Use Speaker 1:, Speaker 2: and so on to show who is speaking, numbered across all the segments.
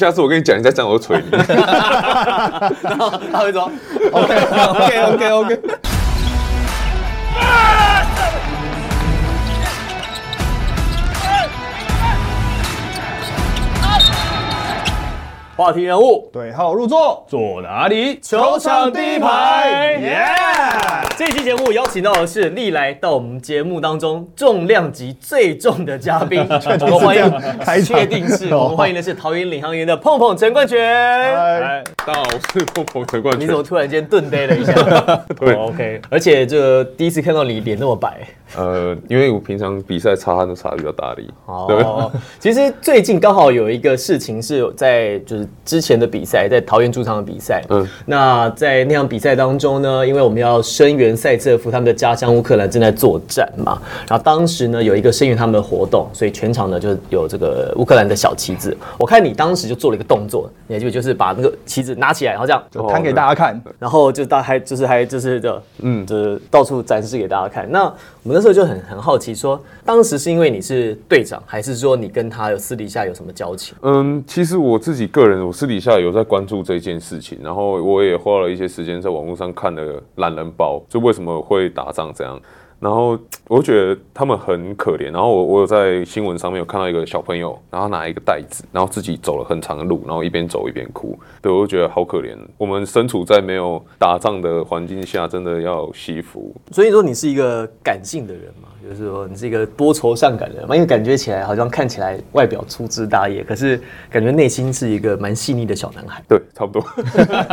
Speaker 1: 下次我跟你讲，你再这样我就 锤你。
Speaker 2: 然后他会说 OK OK OK OK，话题人物
Speaker 3: 对号入座，
Speaker 4: 坐哪里？
Speaker 2: 球场第一排
Speaker 4: 耶！
Speaker 2: 这期节目邀请到的是历来到我们节目当中重量级最重的嘉 宾，我们欢迎，
Speaker 3: 开场哦
Speaker 2: 确定是我们欢迎的是桃园领航员的碰碰陈冠哎全。
Speaker 3: 嗨，
Speaker 1: 大家好，我是碰碰陈冠
Speaker 2: 你
Speaker 1: 军
Speaker 2: 怎。么突然间顿呆了一下？
Speaker 1: 对
Speaker 2: 哦，OK，而且这第一次看到你脸那么白
Speaker 1: 呃，因为我平常比赛擦汗都擦的比较大力。对，
Speaker 2: 哦。其实最近刚好有一个事情是有在就是之前的比赛，在桃园主场的比赛，嗯
Speaker 1: 嗯，
Speaker 2: 那在那场比赛当中呢，因为我们要声援塞瑟夫他们的家乡乌克兰正在作战嘛，然后当时呢有一个声援他们的活动，所以全场呢就有这个乌克兰的小旗子。我看你当时就做了一个动作，你还记不记得就是把那个旗子拿起来，然后这样
Speaker 3: 就摊给大家看。
Speaker 2: 然后就大还就是还就是的，嗯，就是到处展示给大家看。那我们那时候就很很好奇说，当时是因为你是队长，还是说你跟他有私底下有什么交情？
Speaker 1: 嗯，其实我自己个人，我私底下有在关注这件事情，然后我也花了一些时间在网络上看了懒人包，就为什么会打仗这样。然后我就觉得他们很可怜，然后我我有在新闻上面有看到一个小朋友，然后拿一个袋子，然后自己走了很长的路，然后一边走一边哭，对我就觉得好可怜。我们身处在没有打仗的环境下，真的要惜福。。
Speaker 2: 所以说你是一个感性的人嘛，就是说你是一个多愁善感的人嘛，因为感觉起来好像看起来外表粗枝大叶，可是感觉内心是一个蛮细腻的小男孩
Speaker 1: 对，差不多，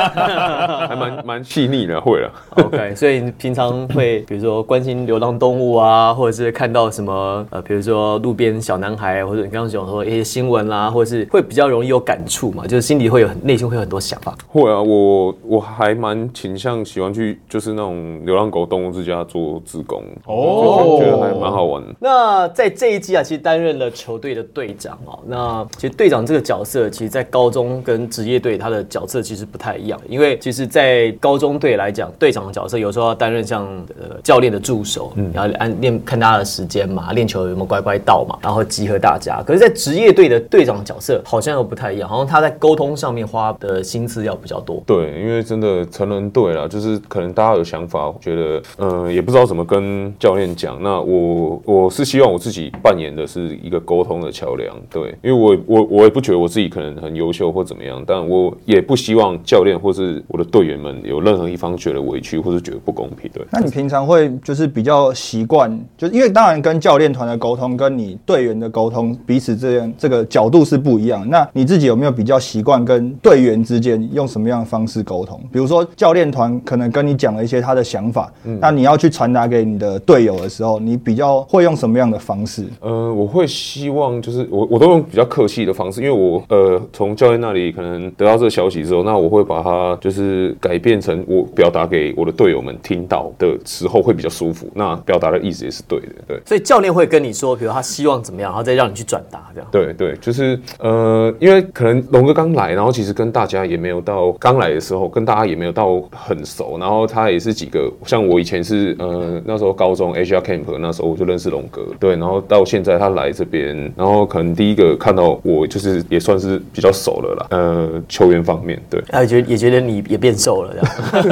Speaker 1: 还蛮蛮细腻的，会了。
Speaker 2: OK，所以你平常会比如说关心流浪动物啊，或者是看到什么呃，比如说路边小男孩，或者你刚刚讲说一些新闻啦、或者是会比较容易有感触嘛，就是心里会有内心会有很多想法。
Speaker 1: 会啊，我我还蛮倾向喜欢去，就是那种流浪狗动物之家做志工，
Speaker 4: 哦
Speaker 1: 觉得还蛮好玩的。
Speaker 2: 那在这一季啊，其实担任了球队的队长哦。那其实队长这个角色，其实在高中跟职业队他的角色其实不太一样，因为其实，在高中队来讲，队长的角色有时候要担任像呃教练的助手，然后按练看大家的时间嘛，练球有没有乖乖到嘛，然后集合大家。可是，在职业队的队长角色好像又不太一样，好像他在沟通上面花的心思要比较多。
Speaker 1: 对，因为真的成人队啦，就是可能大家有想法，觉得嗯、呃也不知道怎么跟教练讲。那我我是希望我自己扮演的是一个沟通的桥梁，对，因为我我我也不觉得我自己可能很优秀或怎么样，但我也不希望教练或是我的队员们有任何一方觉得委屈或是觉得不公平，对。
Speaker 3: 那你平常会就是比较习惯，就是因为当然跟教练团的沟通跟你队员的沟通彼此这样这个角度是不一样。那你自己有没有比较习惯跟队员之间用什么样的方式沟通？比如说教练团可能跟你讲了一些他的想法，那你要去传达给你的队友的时候，你比较会用什么样的方式？
Speaker 1: 呃，我会希望就是我我都用比较客气的方式，因为我呃从教练那里可能得到这个消息之后，那我会把它就是改变成我表达给我的队友们听到的时候会比较舒服，那表达的意思也是对的，对。
Speaker 2: 所以教练会跟你说，比如他希望怎么样，然后再让你去转达这样。
Speaker 1: 对对，就是呃，因为可能龙哥刚来，然后其实跟大家也没有到刚来的时候，跟大家也没有到很熟，然后他也是几个，像我以前是呃那时候高中 HR camp 那时候我就认识龙哥，对，然后到现在他来这边，然后可能第一个看到我就是也算是比较熟了啦，呃，球员方面，对，
Speaker 2: 啊，觉得也觉得你也变瘦了这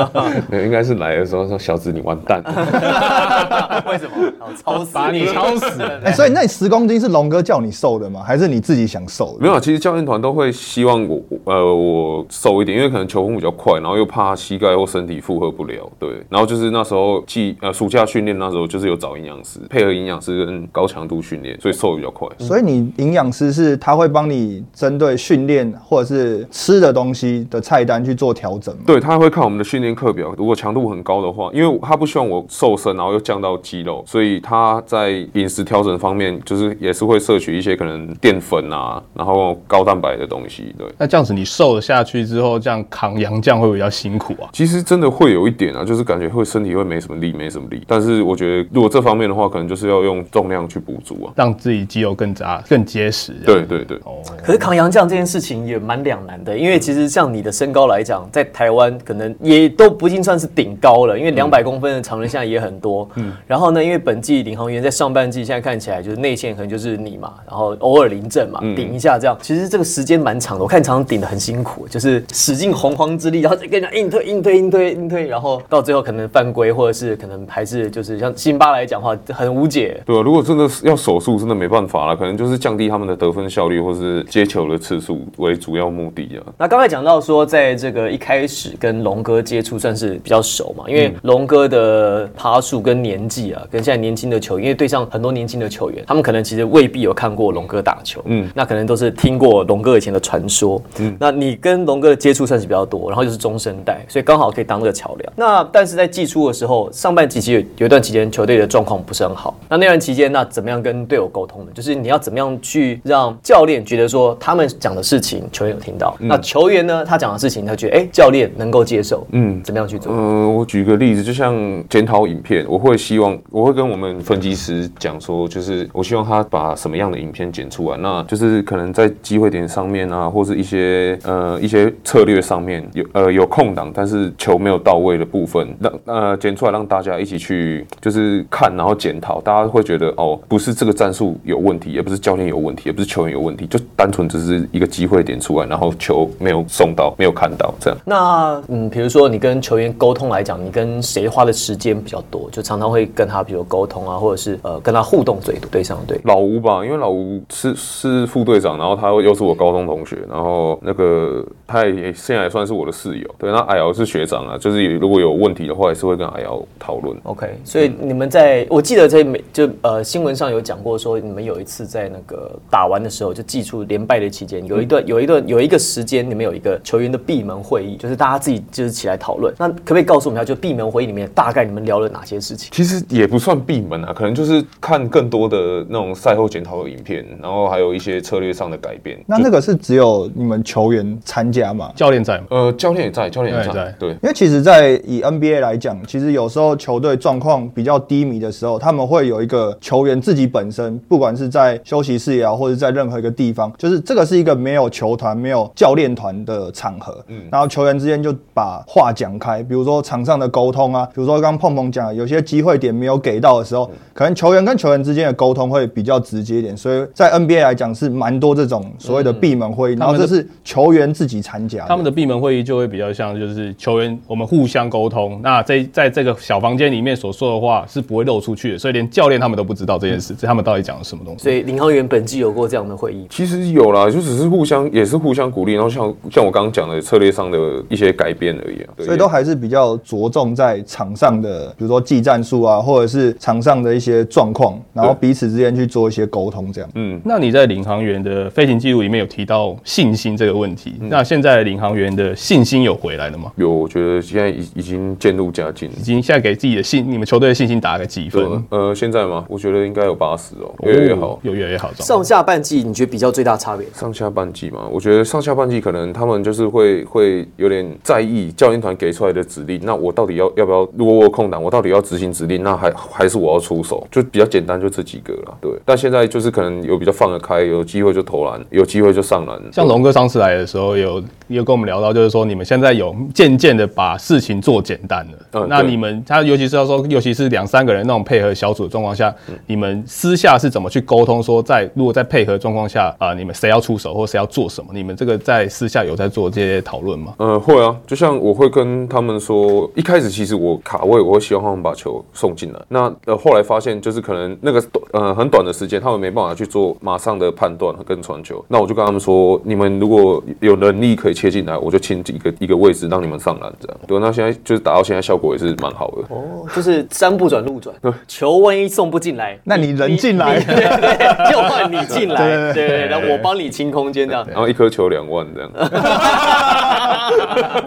Speaker 2: 样。
Speaker 1: 没有应该是来的时候说小子你完蛋了，
Speaker 2: 为什么？哦超死
Speaker 4: 把你超 死！
Speaker 3: 哎、所以那十公斤是龙哥叫你瘦的吗？还是你自己想瘦的？
Speaker 1: 没有啊，其实教练团都会希望我我呃我瘦一点，因为可能球风比较快，然后又怕膝盖或身体负荷不了，对。然后就是那时候季呃暑假训练那时候就是有找营养师，配合营养师跟高强度训练，所以瘦得比较快。
Speaker 3: 所以你营养师是他会帮你针对训练或者是吃的东西的菜单去做调整吗？
Speaker 1: 对，他会看我们的训练课表，如果强度很高的话，因为他不希望我瘦身，然后又降到肌肉，所以他在饮食调整方面，就是也是会摄取一些可能淀粉啊，然后高蛋白的东西，对。
Speaker 4: 那这样子，你瘦了下去之后，这样扛洋将会比较辛苦啊？
Speaker 1: 其实真的会有一点啊，就是感觉会身体会没什么力，没什么力。但是我觉得如果这方面的话，可能就是要用重量去补足啊。
Speaker 4: 让自己肌肉更扎、更结实。
Speaker 1: 对，对对，
Speaker 4: 哦，
Speaker 2: 可是扛洋将这件事情也蛮两难的，因为其实像你的身高来讲，在台湾可能也都不尽算是顶高了，因为两百公分的常人现在也很多。嗯，然后呢，因为本季领航员在上半季现在看起来就是内线可能就是你嘛，然后偶尔临阵嘛，顶一下这样。其实这个时间蛮长的，我看常常顶的很辛苦，就是使尽洪荒之力，然后再跟人家硬推、硬推、硬推、硬推，然后到最后可能犯规，或者是可能还是就是像辛巴来讲话很无解，
Speaker 1: 对啊，如果真的是要手术，真的没办法了，可能就是降低他们的得分效率或是接球的次数为主要目的啊。
Speaker 2: 那刚才讲到说，在这个一开始跟龙哥接触算是比较熟嘛，因为龙哥的爬树跟年纪啊，跟现在年轻的球员，因为对上很多年轻的球员，他们可能其实未必有看过龙哥打球，嗯，那可能都是听过龙哥以前的传说，嗯，那你跟龙哥的接触算是比较多，然后又是中生代，所以刚好可以当这个桥梁。那但是在季初的时候，上半季其实有有一段期间球队的状况不是很好，那那段期间那怎么样跟队友沟通呢？就是你要怎么样去让教练觉得说他们讲的事情球员有听到，那球员呢他讲的事情他觉得哎、教练能够接受，嗯，怎么样去做？
Speaker 1: 嗯，我举个例子，就像检讨影片，我会希望我会跟我们分析师讲说，就是我希望他把什么样的影片剪出来，那就是可能在机会点上面啊，或是一些呃一些策略上面有呃有空档，但是球没有到位的部分，让呃剪出来让大家一起去就是看，然后检讨，大家会觉得哦，不是这个战术有问题，也不是教练有问题，也不是球员有问题，就单纯只是一个机会点出来，然后球没有送到，没有看到这样。
Speaker 2: 那嗯，比如说你跟球员沟通来讲，你跟谁花的时间比较多？就常常会跟他，比如沟通啊，或者是呃跟他互动最多，对上对。
Speaker 1: 老吴吧，因为老吴是是副队长，然后他又是我高中同学，然后那个他也现在也算是我的室友。对，那矮瑶是学长啊，就是有如果有问题的话，也是会跟矮瑶讨论。
Speaker 2: OK，所以你们在、我记得在美就呃新闻上有讲过说，你们有一次在那个打完的时候，就寄出连败的期间，有一段、有一段有一个时间，你们有一个球员的闭门会议，就是大家自己就是起来讨论。那可不可以告诉我们一下，就闭门会议里面大概你们聊了哪些事情？
Speaker 1: 其实也不算闭门啊，可能就是看更多的那种赛后检讨的影片，然后还有一些策略上的改变。
Speaker 3: 那那个是只有你们球员参加嘛？
Speaker 4: 教练在吗？
Speaker 1: 呃，教练也在，教练也
Speaker 4: 教练也
Speaker 1: 在
Speaker 4: 在，
Speaker 1: 对。
Speaker 3: 因为其实，在以 NBA 来讲，其实有时候球队状况比较低迷的时候，他们会有一个球员自己本身，不管是在休息室也好，或者在任何一个地方，就是这个是一个没有球团、没有教练团的场合，
Speaker 4: 嗯
Speaker 3: 然后球员之间就把话讲开，比如说场上的沟通啊，比如说刚碰碰讲的，有些机会点没有给到的时
Speaker 4: 嗯
Speaker 3: 候，可能球员跟球员之间的沟通会比较直接一点，所以在 NBA 来讲是蛮多这种所谓
Speaker 4: 嗯
Speaker 3: 的闭门会议，然后这是球员自己参加的，
Speaker 4: 他们的闭门会议就会比较像，就是球员我们互相沟通。那在在这个小房间里面所说的话是不会漏出去的，所以连教练他们都不知道这件
Speaker 1: 嗯
Speaker 4: 事，这他们到底讲了什么东西。
Speaker 2: 所以领航员本季有过这样的会议。
Speaker 1: 其实有啦，就只是互相也是互相鼓励，然后像像我刚刚讲的策略上的一些改变而已、啊。对
Speaker 3: 所以都还是比较着重在场上的，比如说技战术啊，或者是场上的一些状况，然后彼此之间去做一些沟通，这样。
Speaker 4: 那你在领航员的飞行记录里面有提到信心这个问题，
Speaker 1: 嗯
Speaker 4: 那现在领航员的信心有回来了吗？
Speaker 1: 有，我觉得现在已已经渐入佳境了
Speaker 4: 已。经现在给自己的信，你们球队的信心打个几分？
Speaker 1: 对，呃，现在吗？我觉得应该有八十哦，越来越好。
Speaker 4: 有越来越好的状
Speaker 2: 上下半季你觉得比较最大差别？
Speaker 1: 上下半季嘛，我觉得上下半季可能他们就是会会有点在意教练团给出来的指令，那我到底要要不要？如果我有空档，我到底要执行指令，那还还是我要出手？就比较简单，就这几个啦。对，但现在就是可能有比较放得开，有机会就投篮，有机会就上篮。
Speaker 4: 像龙哥上次来的时候有，有跟我们聊到，就是说你们现在有渐渐的把事情做简单了。
Speaker 1: 嗯
Speaker 4: 那
Speaker 1: 对
Speaker 4: 你们他尤其是要说，尤其是两三个人那种配合小组的状况下，
Speaker 2: 嗯
Speaker 4: 你们私下是怎么去沟通？说在如果在配合的状况下啊、你们谁要出手或谁要做什么？你们这个在私下有在做这些讨论吗？
Speaker 1: 呃，会啊，就像我会跟他们说，一开始其实我卡位，我会希望他们把球送进来。那呃，后来发现就是可能那个呃很短的时间，他们没办法去做马上的判断跟传球。那我就跟他们说，你们如果有能力可以切进来，我就清一个一个位置让你们上篮这样。对，那现在就是打到现在效果也是蛮好的。
Speaker 2: 哦，就是山不转路转，球万一送不进来，
Speaker 3: 那你人进来
Speaker 2: 你对对，就换你进来，
Speaker 3: 对对
Speaker 2: 对对，然后我帮你清空间这样。
Speaker 1: 然后一颗球两万这样，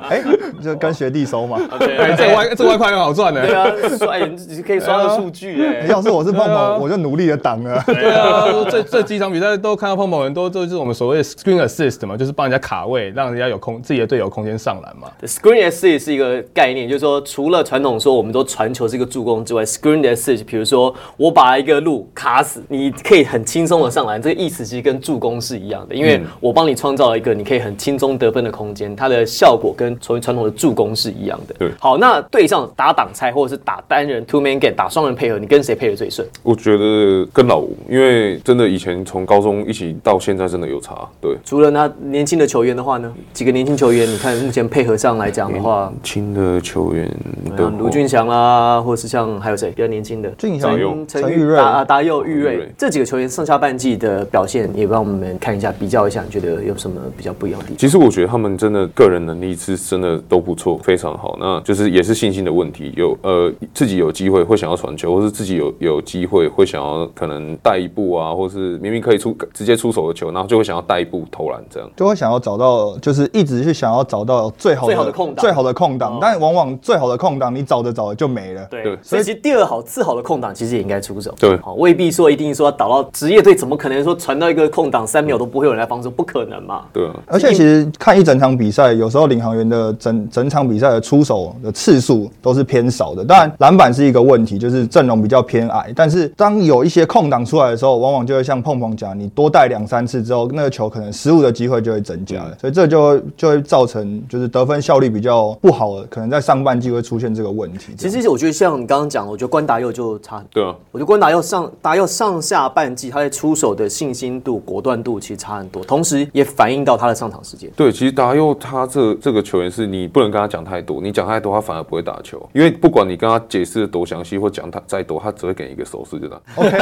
Speaker 3: 哎，就跟学弟 收嘛。
Speaker 4: 哎，这个外这个外快很好赚的。
Speaker 2: 对啊，刷你可以刷到数据哎、
Speaker 3: 要是我是碰
Speaker 4: 对啊
Speaker 3: 碰，我就努力的挡了。
Speaker 4: 对啊，这这几场比赛都看到碰碰人都就是我们所谓的 screen assist 嘛，就是帮人家卡位，让人家有空自己的队友空间上篮 嘛。
Speaker 2: Screen assist 是一个概念，就是说，除了传统说我们都传球是一个助攻之外，Screen assist，比如说我把一个路卡死，你可以很轻松的上篮，这个意思其实跟助攻是一样的，因为我帮你创造了一个你可以很轻松得分的空间，它的效果跟传传统的助攻是一样的。
Speaker 1: 对
Speaker 2: 好，那对上打挡拆或者是打单人 two man game 打双人配合，你跟谁配合最顺？
Speaker 1: 我觉得跟老吴，因为真的以前从高中一起到现在真的有差，对。
Speaker 2: 除了那年轻的球员的话呢，几个年轻球员，你看目前配合上来讲的话。
Speaker 1: 轻的球员的话
Speaker 2: 像啊卢俊祥啦，或是像还有谁比较年轻的？
Speaker 3: 俊祥
Speaker 2: 陈
Speaker 3: 陈
Speaker 2: 陈
Speaker 3: 玉瑞
Speaker 2: 达啊达佑、玉
Speaker 1: 玉
Speaker 2: 瑞
Speaker 1: 瑞
Speaker 2: 这几个球员上下半季的表现，也帮我们看一下，比较一下，你觉得有什么比较不一样的地方？
Speaker 1: 其实我觉得他们真的个人能力是真的都不错，非常好。那就是也是信心的问题，有呃自己有机会会想要传球，或是自己有有机会会想要可能带一步啊，或是明明可以出直接出手的球，然后就会想要带一步投篮这样。
Speaker 3: 就会想要找到，就是一直去想要找到最好
Speaker 2: 最
Speaker 3: 的
Speaker 2: 好的空档
Speaker 3: 最好的空档，
Speaker 4: 哦
Speaker 3: 但往往最好的空档你找着找着就没了。
Speaker 2: 对
Speaker 1: 对
Speaker 2: 所以其实第二好、次好的空档其实也应该出手。
Speaker 1: 对
Speaker 2: 好，未必说一定说要打到职业队，怎么可能说传到一个空档三秒都不会有人来防守？不可能嘛。
Speaker 1: 对啊，
Speaker 3: 而且其实看一整场比赛，有时候领航员的整整场比赛的出手的次数都是偏少的。当然，篮板是一个问题，就是阵容比较偏矮。但是当有一些空档出来的时候，往往就会像碰碰讲，你多带两三次之后，那个球可能失误的机会就会增加了。所以这就会就会造成就是得分效率比较不好了，可能在上半季会出现这个问题。
Speaker 2: 其实我觉得像你刚刚讲，的，我觉得关达佑就差很多。
Speaker 1: 对啊，
Speaker 2: 我觉得关达佑上达佑上下半季他在出手的信心度、果断度其实差很多，同时也反映到他的上场时间。
Speaker 1: 对，其实达佑他这这个球员是你不能跟他讲太多，你讲太多他反而不会打球，因为不管你跟他解释的多详细或讲他再多，他只会给你一个手势就打。
Speaker 3: OK，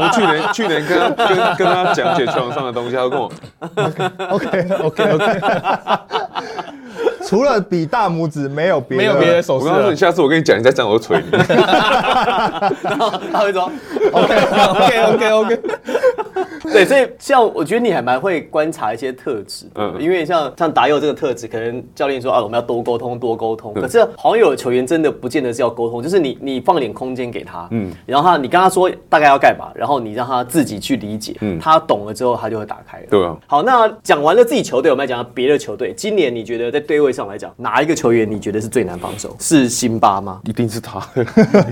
Speaker 1: 我从去年去年跟他跟跟他讲解球场上的东西，他就跟我
Speaker 3: OK OK OK，除了比大拇指，没有别的，
Speaker 4: 没有别的手
Speaker 1: 我
Speaker 4: 势
Speaker 1: 跟
Speaker 4: 啊
Speaker 1: 他说，
Speaker 4: 了
Speaker 1: 你，下次我跟你讲，你再这样我就 捶你。
Speaker 2: 然后他会说
Speaker 4: OK OK OK，
Speaker 2: 对，所以像我觉得你还蛮会观察一些特质，嗯，
Speaker 1: 嗯
Speaker 2: 因为像像达佑这个特质，可能教练说啊，我们要多沟通，多沟通。
Speaker 1: 嗯
Speaker 2: 可是好像有的球员真的不见得是要沟通，就是你你放点空间给他，嗯，然后他你跟他说大概要干嘛，然后你让他自己去理解，嗯，他懂了之后他就会打开了。
Speaker 1: 对啊
Speaker 2: 好，那讲完了自己球队，我们来讲讲别的球队。今年你觉得在对位上来讲，哪一个球员你觉得是最难防守？是辛巴吗？
Speaker 1: 一定是他，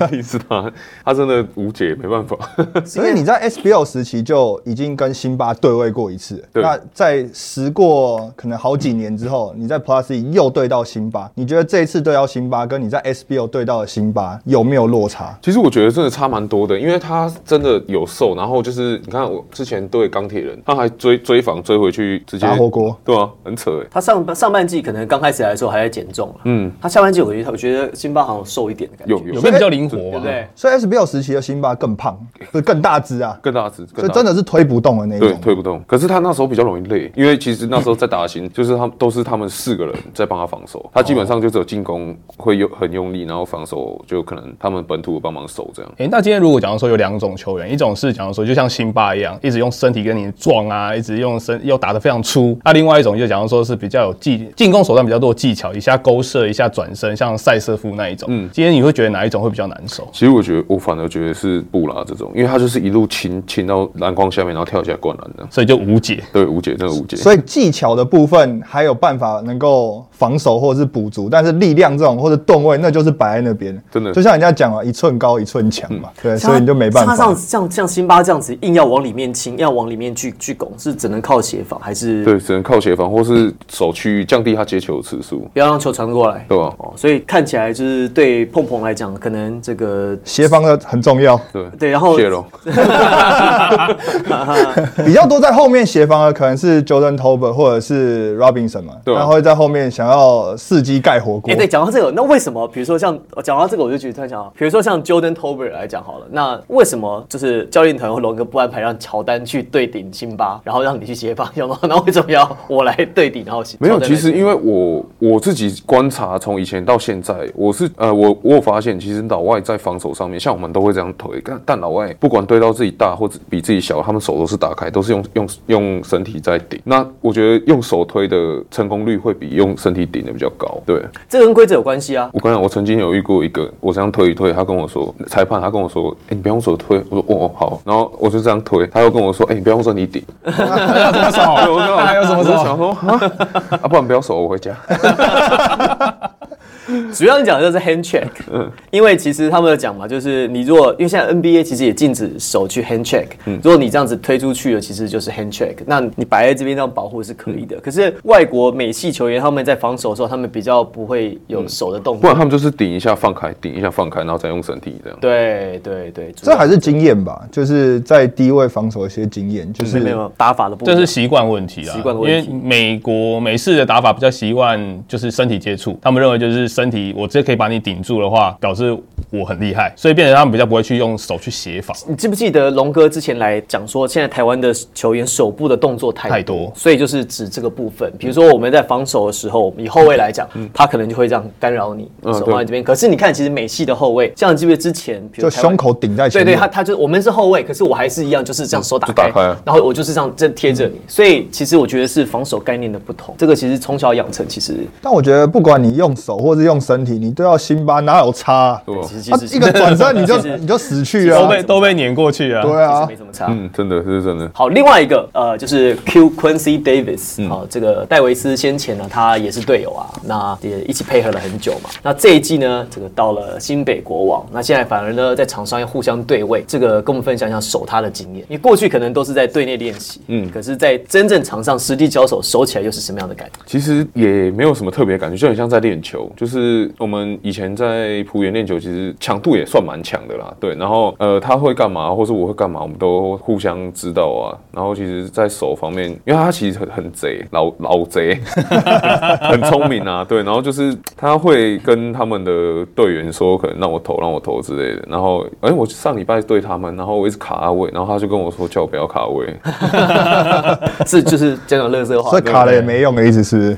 Speaker 1: 一定是他，他真的无解，没办法。
Speaker 3: 所以你在 SBL 时期就已经跟辛巴对位过一次了，
Speaker 1: 对
Speaker 3: 那在时过可能好几年之后，你在 Plus 里又对到辛巴，你觉得这一次对到辛巴跟你在 SBL 对到的辛巴有没有落差？
Speaker 1: 其实我觉得真的差蛮多的，因为他真的有瘦，然后就是你看我之前对钢铁人，他还追追访追回去，直接
Speaker 3: 打火锅，
Speaker 1: 对啊，很扯哎。
Speaker 2: 他上上半季可能刚开始来的时候还在减重嗯，他下半季我觉得我觉得辛巴好像有瘦一点的感觉，
Speaker 1: 有有
Speaker 4: 有没有比较灵活
Speaker 2: 对
Speaker 4: 啊
Speaker 2: 不？对？
Speaker 3: 所以 SBL 时期的辛巴更胖，不是更大只啊，
Speaker 1: 更大只，
Speaker 3: 所
Speaker 1: 更
Speaker 3: 以
Speaker 1: 大只
Speaker 3: 真的是推不动的那一
Speaker 1: 对
Speaker 3: 种。
Speaker 1: 推不动。可是他那时候比较容易累，因为其实那时候在打型，就是他们都是他们四个人在帮他防守，他基本上就只有进攻会有很用力，然后防守就可能他们本土帮忙守这样。
Speaker 4: 哎、那今天如果假如说有两种球员，一种是假如说就像辛巴一样，一直用身体跟你撞啊，一直用身又打得非常粗；那、另外一种就假如说是比较有技进攻手段比较多的技巧，一下勾射，一下转身，像塞瑟夫那一种。嗯，今天你会觉得哪一种会比较难守？
Speaker 1: 其实我觉得，我反而觉得是布拉这种，因为他就是一路擒擒到篮筐下面，然后跳起来灌篮的。
Speaker 4: 所以就无解。
Speaker 1: 对，吴姐，真的吴姐。
Speaker 3: 所以技巧的部分还有办法能够防守或者是补足，但是力量这种或者吨位，那就是摆在那边。
Speaker 1: 真的
Speaker 3: 就像人家讲啊，一寸高一寸强嘛，对，所以你就没办
Speaker 2: 他像
Speaker 3: 法。
Speaker 2: 像像辛巴这样子，硬要往里面清，要往里面去去拱，是只能靠协防，还是
Speaker 1: 对，只能靠协防或是守区域，降低他接球的次数，
Speaker 2: 不要让球传过来？
Speaker 1: 对吧？
Speaker 2: 哦，所以看起来就是对碰碰来讲，可能这个
Speaker 3: 协防的很重要，
Speaker 1: 对
Speaker 2: 对然后
Speaker 1: 谢龙，
Speaker 3: 比较多在后面协防的可能是 Jordan Tober 或者是 Robinson 嘛，
Speaker 1: 对啊
Speaker 3: 然后会在后面想想要伺机盖火锅
Speaker 2: 哎、。对，讲到这个，那为什么？比如说像讲到这个，我就觉得突然想到，比如说像 Jordan Tober 来讲好了，那为什么就是教练团和龙哥不安排让乔丹去对顶辛巴，然后让你去协防，有吗？ 那为什么要我来对顶？然后
Speaker 1: 没有，
Speaker 2: 乔丹来
Speaker 1: 其实
Speaker 2: 对
Speaker 1: 因为我我自己观察，从以前到现在，我是呃，我我有发现，其实老外在防守上面，像我们都会这样推，但但老外不管对到自己大或者比自己小，他们手都是打开，都是用用用身体在顶。那我觉得用手推的成功率会比用身体顶的比较高。对
Speaker 2: 这跟规则有关系啊。
Speaker 1: 我跟你讲，我曾经有遇过一个，我这样推一推，他跟我说，裁判他跟我说，哎、你不要用手推，我说哦哦好，然后我就这样推，他又跟我说，哎、你不要用身体 顶，
Speaker 4: 多少？
Speaker 1: 我就
Speaker 4: 还有什么
Speaker 1: 我
Speaker 4: 手
Speaker 1: 就想说啊，啊不然不要手，我回家。
Speaker 2: 主要你讲的就是 hand check，因为其实他们有讲嘛，就是你如果因为现在 NBA 其实也禁止手去 hand check，、如果你这样子推出去了，其实就是 hand check，那你摆在这边这样保护是可以的。可是外国美系球员他们在防守的时候，他们比较不会有手的动
Speaker 1: 不
Speaker 2: 作。
Speaker 1: 然他们就是顶一下放开，顶一下放开，然后再用身体这样。
Speaker 2: 对对对，主
Speaker 3: 这
Speaker 2: 要
Speaker 3: 还是经验吧，就是在低位防守的一些经验，就
Speaker 2: 没有没
Speaker 3: 是
Speaker 2: 有打法的不一
Speaker 4: 这
Speaker 2: 样
Speaker 4: 是习惯问题啊，
Speaker 2: 习惯的问题
Speaker 4: 因为美国美式的打法比较习惯就是身体接触，他们认为就是身体，我直接可以把你顶住的话，表示我很厉害，所以变成他们比较不会去用手去协防。
Speaker 2: 你记不记得龙哥之前来讲说，现在台湾的球员手部的动作太
Speaker 4: 太多
Speaker 2: 所以就是指这个部分。比如说我们在防守的时候，以后卫来讲，他可能就会这样干扰你，
Speaker 1: 嗯
Speaker 2: 手
Speaker 1: 对
Speaker 2: 放在这边。可是你看，其实美系的后卫，像你记不记得之前，比如
Speaker 3: 就
Speaker 2: 台湾
Speaker 3: 胸。口顶在前
Speaker 2: 对
Speaker 3: 面。
Speaker 2: 对，他他就是我们是后卫，可是我还是一样，就是这样手打
Speaker 1: 就打开啊
Speaker 2: 然后我就是这样这样贴着你，所以其实我觉得是防守概念的不同，这个其实从小养成，其实
Speaker 3: 但我觉得不管你用手或是用身体，你都要辛巴，哪有差、啊？
Speaker 1: 对吧
Speaker 2: 其实其
Speaker 3: 他
Speaker 2: 实
Speaker 3: 一个转身你就
Speaker 2: 其实
Speaker 3: 你就死去了
Speaker 4: 都
Speaker 3: 啊、
Speaker 4: 被都被碾过去啊！
Speaker 3: 对
Speaker 2: 其实
Speaker 3: 啊
Speaker 2: 没，什么差。
Speaker 1: 嗯，真的是真的。
Speaker 2: 好，另外一个呃，就是 Q Quincy Davis，好、这个戴维斯先前呢，他也是队友啊，那也一起配合了很久嘛。那这一季呢，这个到了新北国王，那现在反而呢，在场上要互相对位，这个跟我们分享一下守他的经验。因为过去可能都是在队内练习，嗯，可是，在真正场上实地交手，守起来又是什么样的感觉？
Speaker 1: 其实也没有什么特别感觉，就很像在练球。就是我们以前在浦原练球，其实强度也算蛮强的啦。对，然后呃，他会干嘛，或是我会干嘛，我们都互相知道啊。然后其实，在手方面，因为他其实很很贼， 老老贼，很聪明啊。对，然后就是他会跟他们的队员说，可能让我投，让我投之类的。然后，哎、我上礼拜对他们，然后我一直卡他位，然后他就跟我说，叫我不要卡位，
Speaker 2: 是就是讲讲乐色话
Speaker 3: 所以，卡了也没用的意思是不是？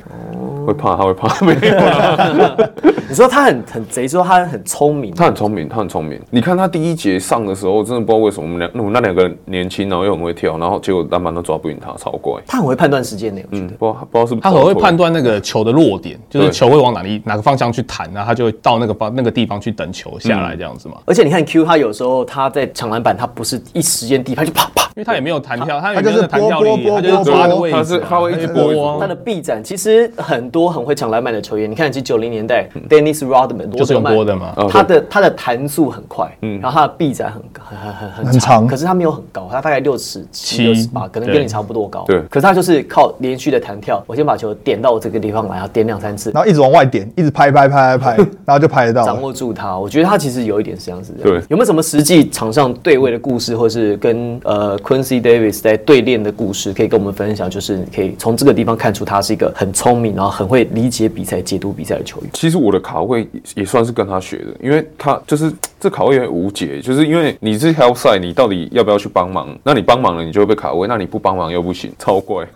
Speaker 1: 会怕，他会怕，没有。
Speaker 2: 你说他很很贼，说他很聪明，
Speaker 1: 他很聪明，他很聪明。你看他第一节上的时候，真的不知道为什么我们两我们那两个年轻，然后又很会跳，然后结果篮板都抓不赢他，超怪。
Speaker 2: 他很会判断时间呢，我觉得。
Speaker 1: 嗯，不知道不知道是不是
Speaker 4: 他很会
Speaker 1: 走错
Speaker 4: 判断那个球的落点，就是
Speaker 1: 对
Speaker 4: 球会往哪里哪个方向去弹，啊然后他就会到那个方那个地方去等球下
Speaker 1: 嗯
Speaker 4: 来这样子嘛。
Speaker 2: 而且你看 Q，他有时候他在抢篮板，他不是一时间第一拍就啪啪
Speaker 4: 因为他也没有弹跳，他也
Speaker 3: 他
Speaker 4: 没有
Speaker 3: 就是
Speaker 4: 弹跳
Speaker 3: 拨
Speaker 4: 力，
Speaker 3: 拨
Speaker 4: 他就是
Speaker 3: 拨
Speaker 4: 抓
Speaker 3: 拨
Speaker 4: 个位置啊，
Speaker 1: 他是他会一直
Speaker 4: 就
Speaker 1: 拨
Speaker 4: 啊
Speaker 2: 他的臂展其实很多很会抢篮板的球员，你看，其实九零年代 Dennis Rodman
Speaker 4: 嗯就是用
Speaker 2: 波
Speaker 4: 拨
Speaker 2: 德
Speaker 4: 的
Speaker 2: 曼
Speaker 4: 嘛。嗯
Speaker 1: 哦
Speaker 2: 他的他的弹速很快，然后他的臂展很很很很
Speaker 3: 很长
Speaker 2: 可是他没有很高，他大概六尺七、六十八，可能跟
Speaker 4: 对
Speaker 2: 你差不多高。
Speaker 1: 对
Speaker 2: 可是他就是靠连续的弹跳，我先把球点到这个地方来，然后点两三次，
Speaker 3: 然后一直往外点，一直拍拍 拍拍拍，然后就拍得到
Speaker 2: 掌
Speaker 3: 了。
Speaker 2: 握住他。我觉得他其实有一点像是这样
Speaker 1: 对
Speaker 2: 有没有什么实际场上对位的故事，或是跟呃 Quincy Davis 在对练的故事，可以跟我们分享？就是你可以从这个地方看出他是一个很聪明，然后很会理解比赛、解读比赛的球员。
Speaker 1: 其实我的卡位也也算是跟他学的，因为他就是这卡位有点无解，就是因为你是 h e l p side，你到底要不要去帮忙？那你帮忙了，你就会被卡位；那你不帮忙又不行，超怪。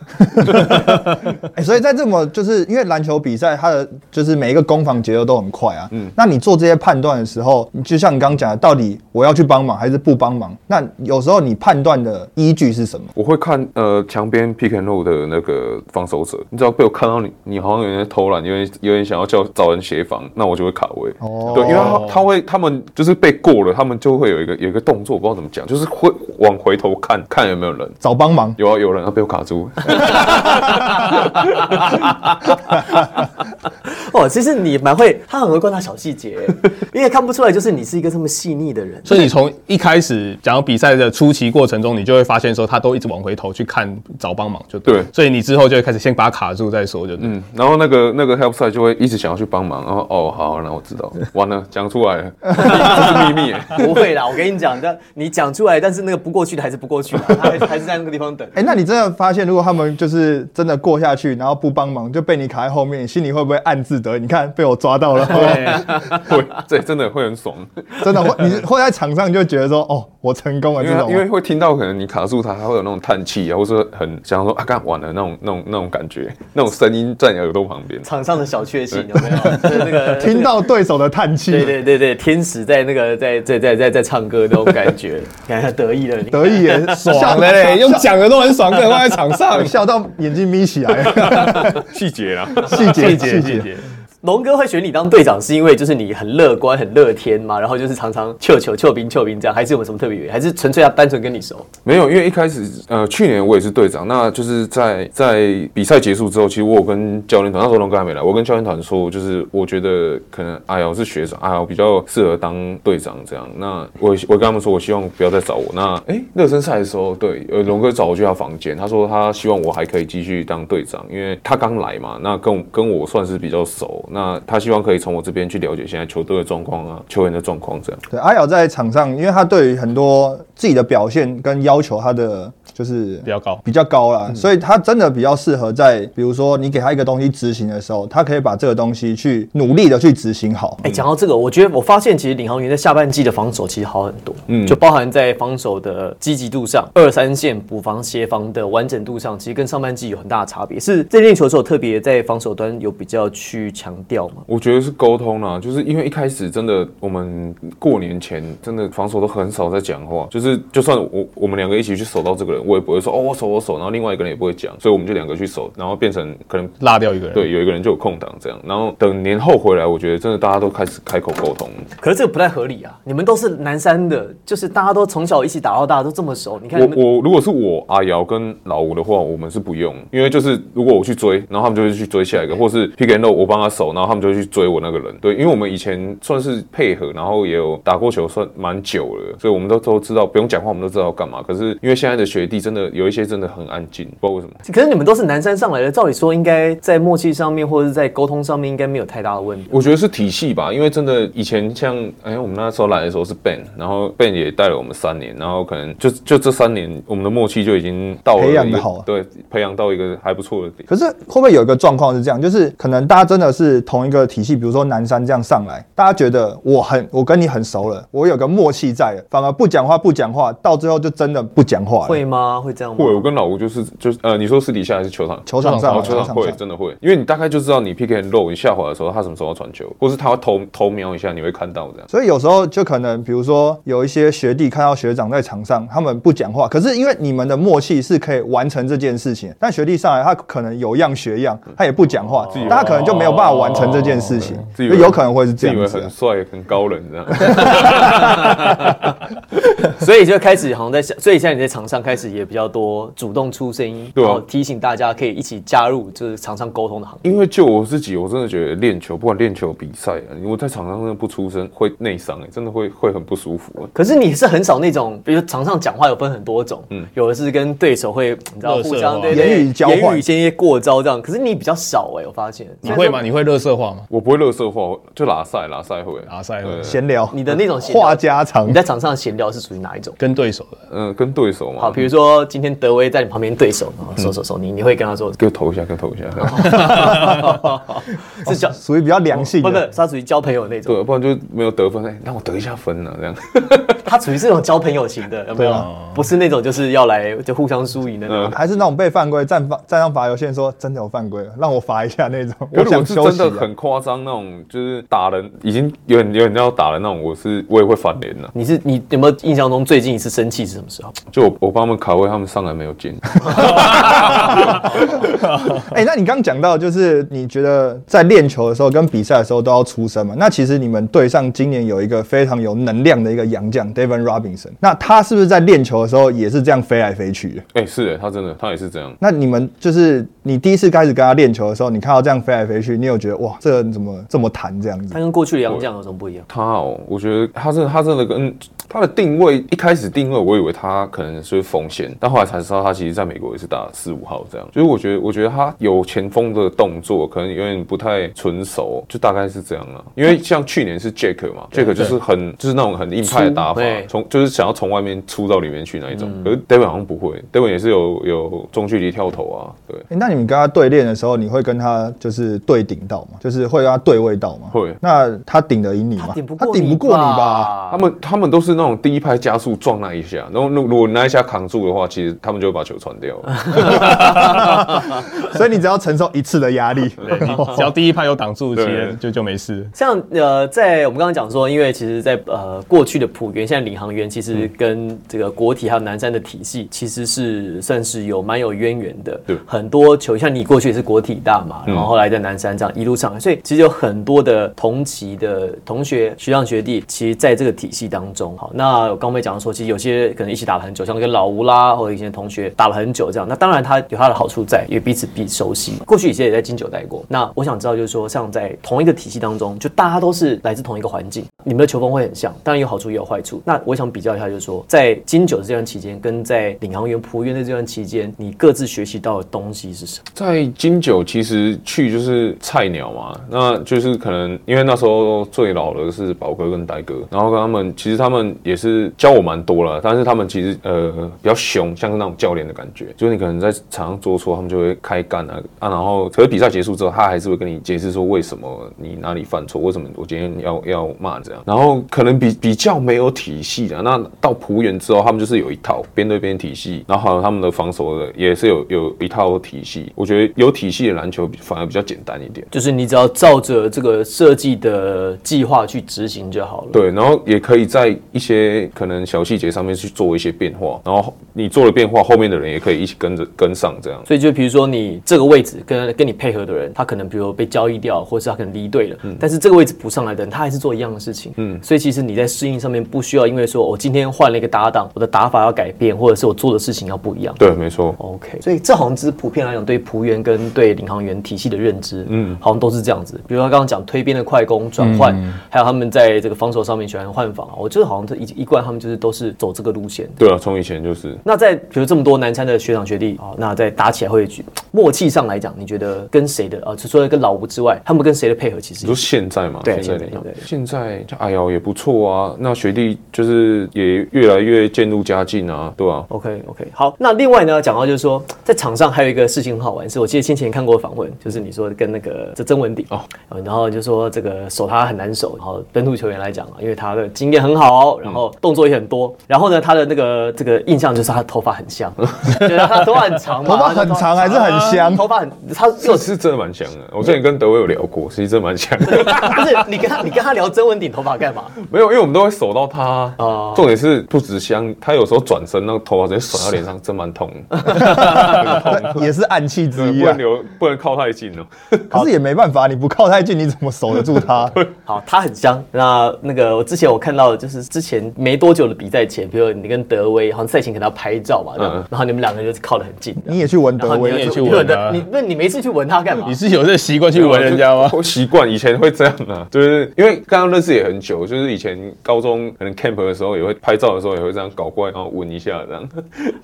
Speaker 3: 哎、所以在这么就是因为篮球比赛，它的就是每一个攻防节奏都很快啊。嗯，那你做这些判断的时候，你就像你刚刚讲的，到底我要去帮忙还是不帮忙？那有时候你判断的依据是什么？
Speaker 1: 我会看呃墙边 pick and roll 的那个防守者，你只要被我看到你，你好像有人在偷懒，有点有点想要叫找人协防，那我就会卡位。
Speaker 3: 哦
Speaker 1: 对，因为他他会他们就是被过了，他们就会有一个有一个动作，我不知道怎么讲，就是会往回头看看有没有人。
Speaker 3: 找帮忙。
Speaker 1: 有啊，有人啊，被我卡住。
Speaker 2: 哦，其实你蛮会，他很会观察小细节，你也看不出来，就是你是一个这么细腻的人。
Speaker 4: 所以你从一开始讲到比赛的初期过程中，你就会发现说他都一直往回头去看找帮忙，就了
Speaker 1: 对
Speaker 4: 所以你之后就会开始先把他卡住再说，就对。
Speaker 1: 嗯， 然后那个那个 help side 就会一直想要去帮忙，然后哦好，那我知道，完了讲出来了， 这是秘密耶。
Speaker 2: 不会啦，我跟你讲，但你讲出来，但是那个不过去的还是不过去啦，他还是还是在那个地方 等。
Speaker 3: 哎、那你真的发现，如果他们就是真的过下去，然后不帮忙，就被你卡在后面，你心里会不会暗自得意？你看被我抓到了，
Speaker 1: 会，这真的会很爽，
Speaker 3: 真的会，你会在场上就觉得说，哦，我成功了
Speaker 1: 因
Speaker 3: 这
Speaker 1: 为
Speaker 3: 种
Speaker 1: 因为
Speaker 3: 吗。
Speaker 1: 会听到可能你卡住他，他会有那种叹气啊，或是很想说啊干完了那种那种那种感觉，那种声音在你耳朵旁边。
Speaker 2: 场上的小确幸有没有？就是那个
Speaker 3: 听到对手的叹气，
Speaker 2: 对对对对，天使在那个在在在在在唱歌那种感觉， 感觉得意了你。
Speaker 3: 得意也。
Speaker 4: 爽了嘞，用讲的都很爽，更何况在场上
Speaker 3: 笑到眼睛眯起 来，
Speaker 1: 细节啦，
Speaker 3: 细节
Speaker 4: 谢
Speaker 3: 细
Speaker 4: 谢
Speaker 3: 节
Speaker 4: 谢。谢。
Speaker 2: 龙哥会选你当队长，是因为就是你很乐观、很乐天嘛，然后就是常常球球球兵球兵这样，还是有什么特别原因？还是纯粹他单纯跟你熟？
Speaker 1: 没有，因为一开始呃，去年我也是队长，那就是在在比赛结束之后，其实我有跟教练团，那时候龙哥还没来，我跟教练团说，就是我觉得可能哎呀，我是学长，哎呀，我比较适合当队长这样。那我我跟他们说，我希望不要再找我。那哎，热身赛的时候，对，呃，龙哥找我去他房间，他说他希望我还可以继续当队长，因为他刚来嘛，那跟我跟我算是比较熟，那他希望可以从我这边去了解现在球队的状况啊，球员的状况这样。
Speaker 3: 对，阿瑶在场上，因为他对于很多自己的表现跟要求，他的就是
Speaker 4: 比较高嗯
Speaker 3: 比较高啦，所以他真的比较适合在，比如说你给他一个东西执行的时候，他可以把这个东西去努力的去执行好。
Speaker 2: 哎、讲到这个，我觉得我发现其实领航员在下半季的防守其实好很多，嗯，就包含在防守的积极度上、二三线补防协防的完整度上，其实跟上半季有很大的差别。是这练球的时候特别在防守端有比较去强调吗？
Speaker 1: 我觉得是沟通啦，就是因为一开始真的我们过年前真的防守都很少在讲话，就是就算我我们两个一起去守到这个人，我也不会说哦我守我守，然后另外一个人也不会讲，所以我们就两个去守，然后变成可能
Speaker 4: 落掉一个人，，
Speaker 1: 对有一个人就有空档这样，然后等年后回来，我觉得真的大家都开始开口沟通，
Speaker 2: 可是这个不太合理啊！你们都是南山的，就是大家都从小一起打到大，都这么熟。你看你们，
Speaker 1: 我我如果是我阿瑶跟老吴的话，我们是不用，因为就是如果我去追，然后他们就会去追下一
Speaker 3: 嗯
Speaker 1: 个，或是 pick and roll 我帮他守，然后他们就会去追我那个人。对，因为我们以前算是配合，然后也有打过球，算蛮久了，所以我们都都知道不用讲话，我们都知道要干嘛。可是因为现在的学弟真的有一些真的很安静，不知道为什么。
Speaker 2: 可是你们都是南山上来的，照理说应该在默契上面或者是在沟通上面应该没有太大的问题。
Speaker 1: 我觉得是体系吧，因为真的以前像哎、我们那时候来的时候是 Ben，然后 Ben 也带了我们三年，然后可能就就这三年我们的默契就已经到了
Speaker 3: 培养得
Speaker 1: 一个
Speaker 3: 好啊
Speaker 1: 对，培养到一个还不错的点。
Speaker 3: 可是会不会有一个状况是这样，就是可能大家真的是同一个体系，比如说南山这样上来，大家觉得我很我跟你很熟了，我有个默契在了，反而不讲话不讲话，到最后就真的不讲话了。
Speaker 2: 会吗？会这样吗？
Speaker 1: 会，我跟老吴就是就是呃，你说私底下还是球场？
Speaker 3: 球场上啊，
Speaker 1: 哦，球场会真的会，因为你大概就知道你 pick and roll，你下滑的时候他什么时候要传球，或是他头头瞄一下，你会看到这样。
Speaker 3: 所以有时候就可能，比如说有一些学弟看到学长在场上，他们不讲话，可是因为你们的默契是可以完成这件事情，但学弟上来他可能有样学样，他也不讲话，大家可能就没有办法完成这件事情，
Speaker 1: 自
Speaker 3: 就
Speaker 1: 以为
Speaker 3: 有可能会是
Speaker 1: 自
Speaker 3: 这
Speaker 1: 以
Speaker 3: 样
Speaker 1: 为
Speaker 3: 子啊、
Speaker 1: 很帅、很高冷这样。
Speaker 2: 所以就开始好像在，所以现在你在场上开始也比较多主动出声音，
Speaker 1: 对啊
Speaker 2: 然后提醒大家可以一起加入就是场上沟通的行列。
Speaker 1: 因为就我自己，我真的觉得练球，不管练球比赛啊，我在场上真的不出声会内伤哎，真的会会很不舒服、欸。
Speaker 2: 可是你是很少那种，比如场上讲话有分很多种，嗯，有的是跟对手会你知道
Speaker 4: 热色
Speaker 2: 互相
Speaker 4: 化
Speaker 2: 对对对
Speaker 3: 言语交换
Speaker 2: 言语间一些过招这样，可是你比较少哎、我发现
Speaker 4: 你会吗？？你会热色化吗？啊
Speaker 1: 我不会乐色化，我就拉塞拉塞会，
Speaker 4: 拉塞会
Speaker 1: 对
Speaker 3: 闲聊，
Speaker 2: 你的那种闲聊
Speaker 3: 话家常
Speaker 2: 你，在场上闲聊是属于哪一种？
Speaker 4: 跟对手的，
Speaker 1: 嗯、跟对手嘛。
Speaker 2: 好，比如说今天德威在你旁边对手，然
Speaker 3: 嗯
Speaker 2: 后手手手，你你会跟他 说，
Speaker 1: 给我投一下，给我投一下。
Speaker 2: 是交
Speaker 3: 属于比较良哦性
Speaker 1: 哦
Speaker 2: 不不
Speaker 3: 的。，
Speaker 2: 他属于交朋友那种，
Speaker 1: 对，不然就没有得分。哎、让我得一下分呢、啊，这样。
Speaker 2: 他属于这种交朋友型的，有没有？
Speaker 3: 啊
Speaker 2: 不是那种就是要来就互相输赢的那种。
Speaker 3: 还是那种被犯规站罚站上罚游线说真的有犯规了，让我罚一下那种。
Speaker 1: 我
Speaker 3: 我
Speaker 1: 如果
Speaker 3: 想
Speaker 1: 是
Speaker 3: 休
Speaker 1: 真
Speaker 3: 息、
Speaker 1: 的
Speaker 3: 啊。
Speaker 1: 很夸张那种，就是打人已经有点有点要打人那种，我是我也会翻脸的、啊
Speaker 2: 你是你有没有印象象中最近一次生气是什么时候？
Speaker 1: 就我我帮他们卡位，他们上来没有进，
Speaker 3: 哎、那你刚讲到就是你觉得在练球的时候跟比赛的时候都要出声嘛？那其实你们队上今年有一个非常有能量的一个洋将 David Robinson，那他是不是在练球的时候也是这样飞来飞去的？
Speaker 1: 哎、是哎、他真的他也是这样。
Speaker 3: 那你们就是你第一次开始跟他练球的时候，你看到这样飞来飞去，你有觉得哇，这个人怎么这么弹这样子
Speaker 2: 它？跟过去的洋将有什么不一样？
Speaker 1: 他哦，我觉得他真的，他真的跟他的定位一开始定位，我以为他可能是锋线，但后来才知道他其实在美国也是打四五号这样。就是我觉得，我觉得他有前锋的动作，可能有点不太纯熟，就大概是这样了、因为像去年是 Jack 嘛，Jack 就是很就是那种很硬派的打法
Speaker 2: 出对，嗯
Speaker 1: 从就是想要从外面出到里面去那一种。可是 David 好像不会，David 也是有有中距离跳投啊，对。
Speaker 3: 哎、那你们跟他对练的时候，你会跟他就是对顶到吗？就是会跟他对位到吗？
Speaker 1: 会
Speaker 3: 那他顶得赢你吗？
Speaker 2: 顶不
Speaker 3: 嗯他
Speaker 2: 过
Speaker 3: 顶不过 你吧？？
Speaker 1: 他们他们都是那种第一拍加速撞那一下，然后如如果那一下扛住的话，其实他们就会把球传掉了。
Speaker 3: 所以你只要承受一次的压力。
Speaker 4: 对你只要第一拍有挡住，其实
Speaker 1: 哦对
Speaker 4: 就就没事。
Speaker 2: 像呃，在我们刚刚讲说，因为其实在，呃过去的浦原，现在领航员其实跟这个国体还有南山的体系，其实是算是有蛮有渊源的。
Speaker 1: 对
Speaker 2: 很多球像你过去也是国体大嘛，然后后来在南山这样一路上来，所以其实有很多的同期的同学、学长学弟，其实在这个体系当中，好，那我刚没讲说，其实有些可能一起打了很久，像跟老吴啦，或者以前的同学打了很久这样，那当然他有他的好处在，因为彼此比熟悉嘛。过去以前也在金九待过，那我想知道就是说，像在同一个体系当中，就大家都是来自同一个环境，你们的球风会很像，当然有好处也有坏处。那我想比较一下，就是说在金九的这段期间，跟在领航员、仆员的这段期间，你各自学习到的东西是什么？
Speaker 1: 在金九其实去就是菜鸟嘛，那就是可能因为那时候最老的是宝哥跟呆哥，然后跟他们其实他们也是教我蛮多了，但是他们其实呃比较凶，像是那种教练的感觉，就是你可能在场上做错，他们就会开干啊啊，然后可是比赛结束之后，他还是会跟你解释说为什么你哪里犯错，为什么我今天要要骂你这样，然后可能比比较没有体系的，那到浦原之后，他们就是有一套边对边体系，然后还有他们的防守的也是有有一套体系。我觉得有体系的篮球反而比较简单一点。
Speaker 2: 就是你只要照着这个设计的计划去执行就好了。
Speaker 1: 对，然后也可以在一些可能小细节上面去做一些变化，然后你做了变化，后面的人也可以一起跟着跟上这样。
Speaker 2: 所以就比如说你这个位置跟跟你配合的人，他可能比如被交易掉，或是他可能离队了，但是这个位置补上来的人，他还是做一样的事情。嗯，所以其实你在适应上面不需要，因为说我今天换了一个搭档，我的打法要改变，或者是我做的事情要不一样。
Speaker 1: 对，没错。
Speaker 2: OK，所以这好像只是普遍来讲对仆员跟对领航员体系的认知，嗯，好像都是这样子。比如他刚刚讲推边的快攻转换，还有他们在这个防守上面喜欢换防，我觉得好像这一一贯他们就是都是走这个路线。
Speaker 1: 对啊，从以前就是
Speaker 2: 那在比如这么多南山的学长学弟啊、哦那在打起来会举默契上来讲，你觉得跟谁的啊？呃除除了跟老吴之外，他们跟谁的配合其实
Speaker 1: 你说现在嘛，
Speaker 2: 对
Speaker 1: 现在
Speaker 2: 现在
Speaker 1: 联想
Speaker 2: 对对
Speaker 1: 现在就哎呦也不错啊，那学弟就是也越来越渐入佳境啊，对吧、
Speaker 2: OK OK 好？那另外呢，讲到就是说在场上还有一个事情很好玩，是我记得先前看过访问，就是你说跟那个这曾文鼎哦，然后就说这个守他很难守，然后本土球员来讲啊，因为他的经验很好，哦
Speaker 3: 嗯
Speaker 2: 然后动作也很多，然后呢他的那个这个印象就是他的头发很 香，对啊，他的头发很长嘛，
Speaker 3: 头发很长还是很香
Speaker 2: 头发很他
Speaker 1: 这是真的蛮像的。我之前跟德威有聊过，其实真的蛮像的。
Speaker 2: 不是你跟他，你跟他聊曾文鼎头发干嘛？
Speaker 1: 没有，因为我们都会手到他啊。
Speaker 2: 哦
Speaker 1: 重点是不止香，他有时候转身那个头发直接甩到脸上，真蛮痛
Speaker 2: 啊
Speaker 1: 的。
Speaker 3: 也是暗器之
Speaker 1: 对，
Speaker 3: 一
Speaker 1: 不
Speaker 3: 啊
Speaker 1: 能。留，不能靠太近哦。
Speaker 3: 可是也没办法，你不靠太近，你怎么守得住 他？
Speaker 2: 好，他很香。那那个我之前我看到，就是之前没多久的比赛前，比如你跟德威好像赛前给他拍照嘛，这样
Speaker 1: 嗯
Speaker 2: 然后你们两个就是靠得很近的。
Speaker 3: 你也去闻
Speaker 2: 然
Speaker 3: 德
Speaker 2: 后
Speaker 3: 威
Speaker 2: 你
Speaker 4: 也
Speaker 2: 就
Speaker 4: 去闻
Speaker 2: 你
Speaker 4: 啊
Speaker 2: 你那你没事去闻他干嘛
Speaker 4: 你？是有这个习惯去闻人家吗？
Speaker 1: 我 习惯以前会这样啊，就是因为刚刚认识也很久，就是以前高中可能 camp 的时候也会拍照的时候也会这样搞怪，然后吻一下这样。